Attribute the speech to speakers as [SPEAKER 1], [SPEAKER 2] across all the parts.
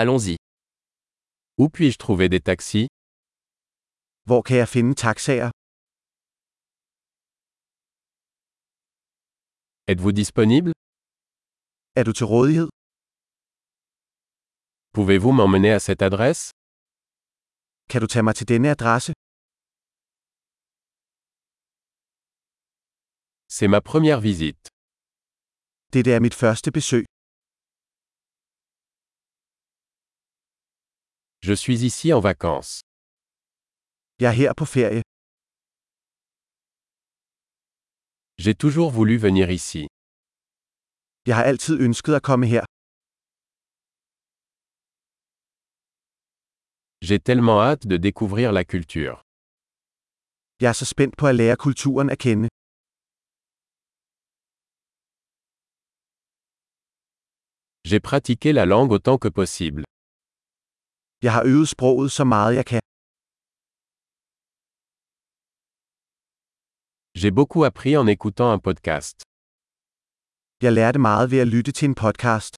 [SPEAKER 1] Allons-y. Où puis-je trouver des taxis
[SPEAKER 2] Hvor kan jeg finde taxaer?
[SPEAKER 1] Êtes-vous disponible
[SPEAKER 2] Er du til rådighed?
[SPEAKER 1] Pouvez-vous m'emmener à cette adresse
[SPEAKER 2] Kan du tage mig til denne adresse?
[SPEAKER 1] C'est ma première visite.
[SPEAKER 2] Dette er mit første besøg.
[SPEAKER 1] Je suis ici en vacances.
[SPEAKER 2] Jeg er her på ferie.
[SPEAKER 1] J'ai toujours voulu venir ici.
[SPEAKER 2] Jeg har altid ønsket at komme her.
[SPEAKER 1] J'ai tellement hâte de découvrir la culture.
[SPEAKER 2] Jeg er så spændt på at lære kulturen at kende.
[SPEAKER 1] J'ai pratiqué la langue autant que possible.
[SPEAKER 2] Jeg har øvet sproget så meget jeg kan.
[SPEAKER 1] J'ai beaucoup appris en écoutant un podcast.
[SPEAKER 2] Jeg lærte meget ved at lytte til en podcast.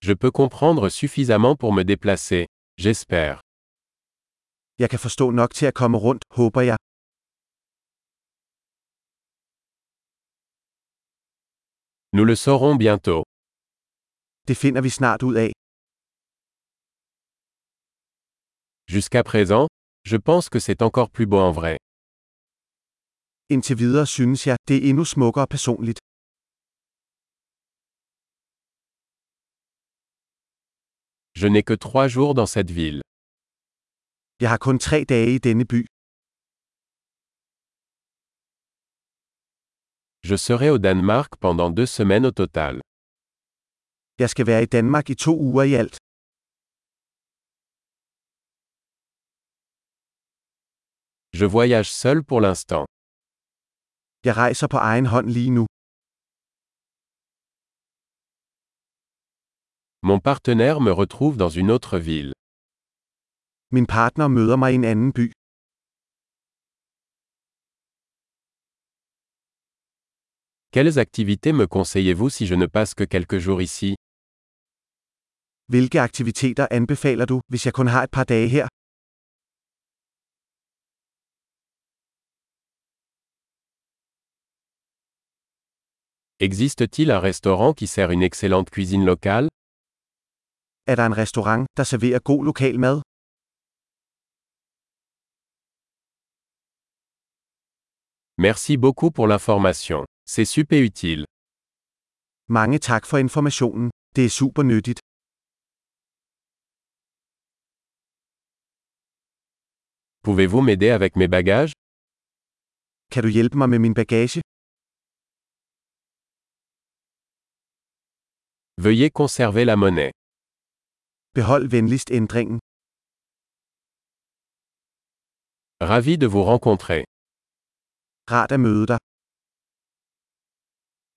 [SPEAKER 1] Je peux comprendre suffisamment pour me déplacer, j'espère.
[SPEAKER 2] Jeg kan forstå nok til at komme rundt, håber jeg.
[SPEAKER 1] Nous le saurons bientôt.
[SPEAKER 2] Det finder vi snart ud af.
[SPEAKER 1] Jusqu'à présent, je pense que c'est encore plus beau en vrai.
[SPEAKER 2] Indtil videre synes jeg, det er endnu smukkere personligt.
[SPEAKER 1] Je n'ai que trois jours dans cette ville.
[SPEAKER 2] Jeg har kun tre dage i denne by.
[SPEAKER 1] Je serai au Danemark pendant deux semaines au total.
[SPEAKER 2] Jeg skal være i Danmark i to uger i alt.
[SPEAKER 1] Je voyage seul pour l'instant.
[SPEAKER 2] Jeg rejser på egen hånd lige nu.
[SPEAKER 1] Mon partenaire me retrouve dans une autre ville.
[SPEAKER 2] Min partner møder mig i en anden by.
[SPEAKER 1] Quelles activités me conseillez-vous si je ne passe que quelques jours ici
[SPEAKER 2] Hvilke aktiviteter anbefaler du, hvis jeg kun har et par dage her?
[SPEAKER 1] Existe-t-il un restaurant qui sert une excellente cuisine locale
[SPEAKER 2] Er der en restaurant, der serverer god lokal mad?
[SPEAKER 1] Merci beaucoup pour l'information. C'est super utile.
[SPEAKER 2] Mange tak for informationen. Det er super nyttigt.
[SPEAKER 1] Pouvez-vous m'aider avec mes bagages
[SPEAKER 2] Kan du hjælpe mig med min bagage?
[SPEAKER 1] Veuillez conserver la monnaie.
[SPEAKER 2] Behold venligst ændringen.
[SPEAKER 1] Ravi de vous rencontrer.
[SPEAKER 2] Rart at møde dig.